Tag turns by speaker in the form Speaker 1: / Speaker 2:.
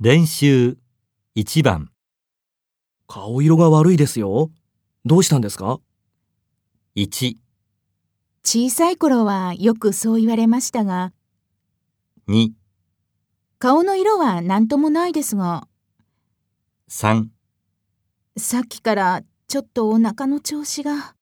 Speaker 1: 練習1番
Speaker 2: 顔色が悪いですよ。どうしたんですか
Speaker 1: 1、
Speaker 3: 小さい頃はよくそう言われましたが、
Speaker 1: 2、
Speaker 3: 顔の色は何ともないですが、
Speaker 1: 3
Speaker 3: さっきからちょっとお腹の調子が。